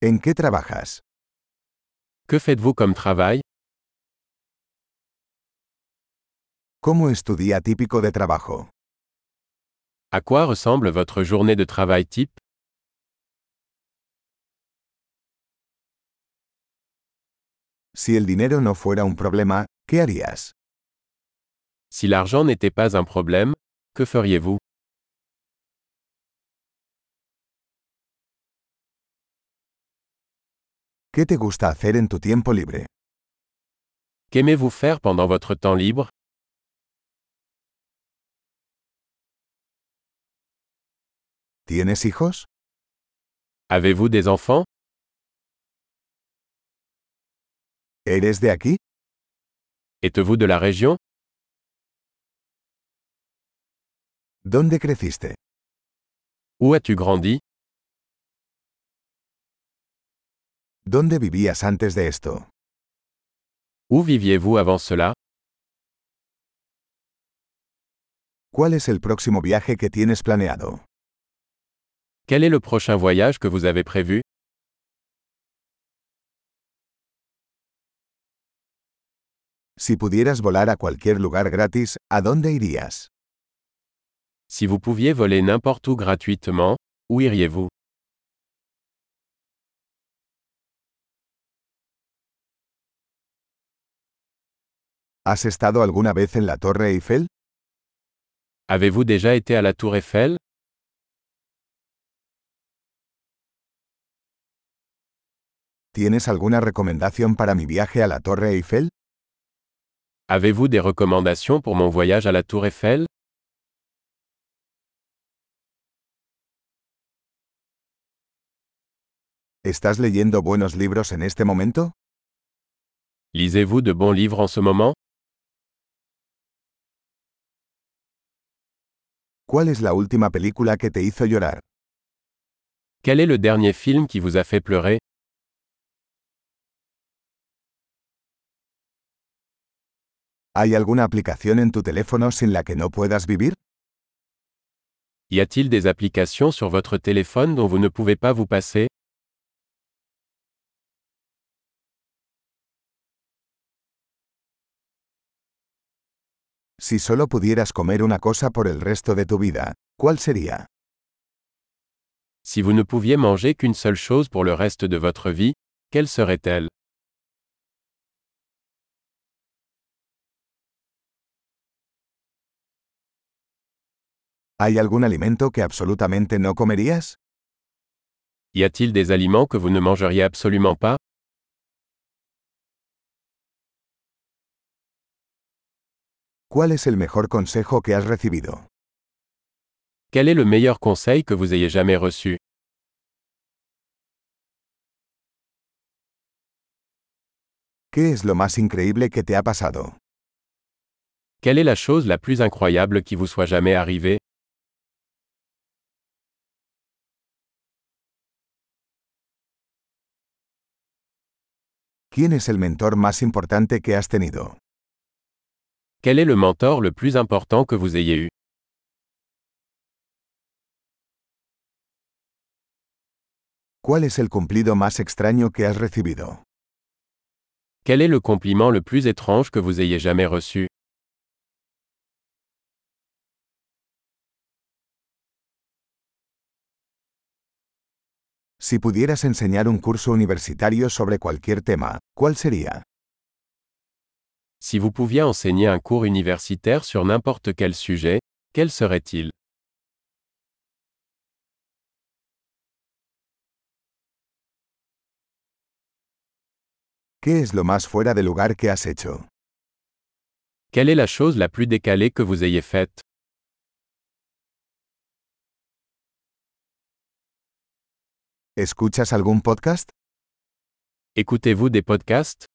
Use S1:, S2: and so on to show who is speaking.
S1: ¿En qué trabajas?
S2: Que faites-vous comme travail
S1: ¿Cómo es tu día típico de trabajo?
S2: À quoi ressemble votre journée de travail type
S1: Si el dinero no fuera un problema, ¿qué harías?
S2: Si l'argent n'était pas un problème, que feriez-vous
S1: ¿Qué te gusta hacer en tu tiempo libre?
S2: Qu'aimez-vous faire pendant votre temps libre
S1: ¿Tienes hijos?
S2: Avez-vous des enfants
S1: ¿Eres de aquí?
S2: Êtes-vous de la région
S1: ¿Dónde creciste?
S2: Où as-tu grandi
S1: ¿Dónde vivías antes de esto?
S2: Où viviez-vous avant cela
S1: ¿Cuál es el próximo viaje que tienes planeado?
S2: Quel est le prochain voyage que vous avez prévu
S1: Si pudieras volar a cualquier lugar gratis, ¿a dónde irías?
S2: Si vous pouviez voler n'importe où gratuitement, où iriez-vous
S1: ¿Has estado alguna vez en la Torre Eiffel?
S2: Avez-vous déjà été à la Tour Eiffel
S1: ¿Tienes alguna recomendación para mi viaje a la Torre Eiffel?
S2: Avez-vous des recommandations pour mon voyage à la Tour Eiffel
S1: ¿Estás leyendo buenos libros en este momento?
S2: Lisez-vous de bons livres en ce moment
S1: ¿Cuál es la última película que te hizo llorar?
S2: Quel est le dernier film qui vous a fait pleurer
S1: ¿Hay alguna aplicación en tu teléfono sin la que no puedas vivir?
S2: Y a-t-il des applications sur votre téléphone dont vous ne pouvez pas vous passer
S1: Si solo pudieras comer una cosa por el resto de tu vida, ¿cuál sería?
S2: Si vous ne pouviez manger qu'une seule chose pour le reste de votre vie, quelle serait-elle
S1: ¿Hay algún alimento que absolutamente no comerías?
S2: Y a-t-il des aliments que vous ne mangeriez absolument pas
S1: ¿Cuál es el mejor consejo que has recibido?
S2: Quel est le meilleur conseil que vous ayez jamais reçu
S1: ¿Qué es lo más increíble que te ha pasado?
S2: Quelle est la chose la plus incroyable qui vous soit jamais arrivée
S1: ¿Quién es el mentor más importante que has tenido?
S2: Quel est le mentor le plus important que vous ayez eu
S1: ¿Cuál es el cumplido más extraño que has recibido?
S2: Quel est le compliment le plus étrange que vous ayez jamais reçu
S1: Si pudieras enseñar un curso universitario sobre cualquier tema, ¿cuál sería?
S2: Si vous pouviez enseigner un cours universitaire sur n'importe quel sujet, quel serait-il
S1: ¿Qué es lo más fuera de lugar que has hecho?
S2: Quelle est la chose la plus décalée que vous ayez faite
S1: ¿Escuchas algún podcast?
S2: Écoutez-vous des podcasts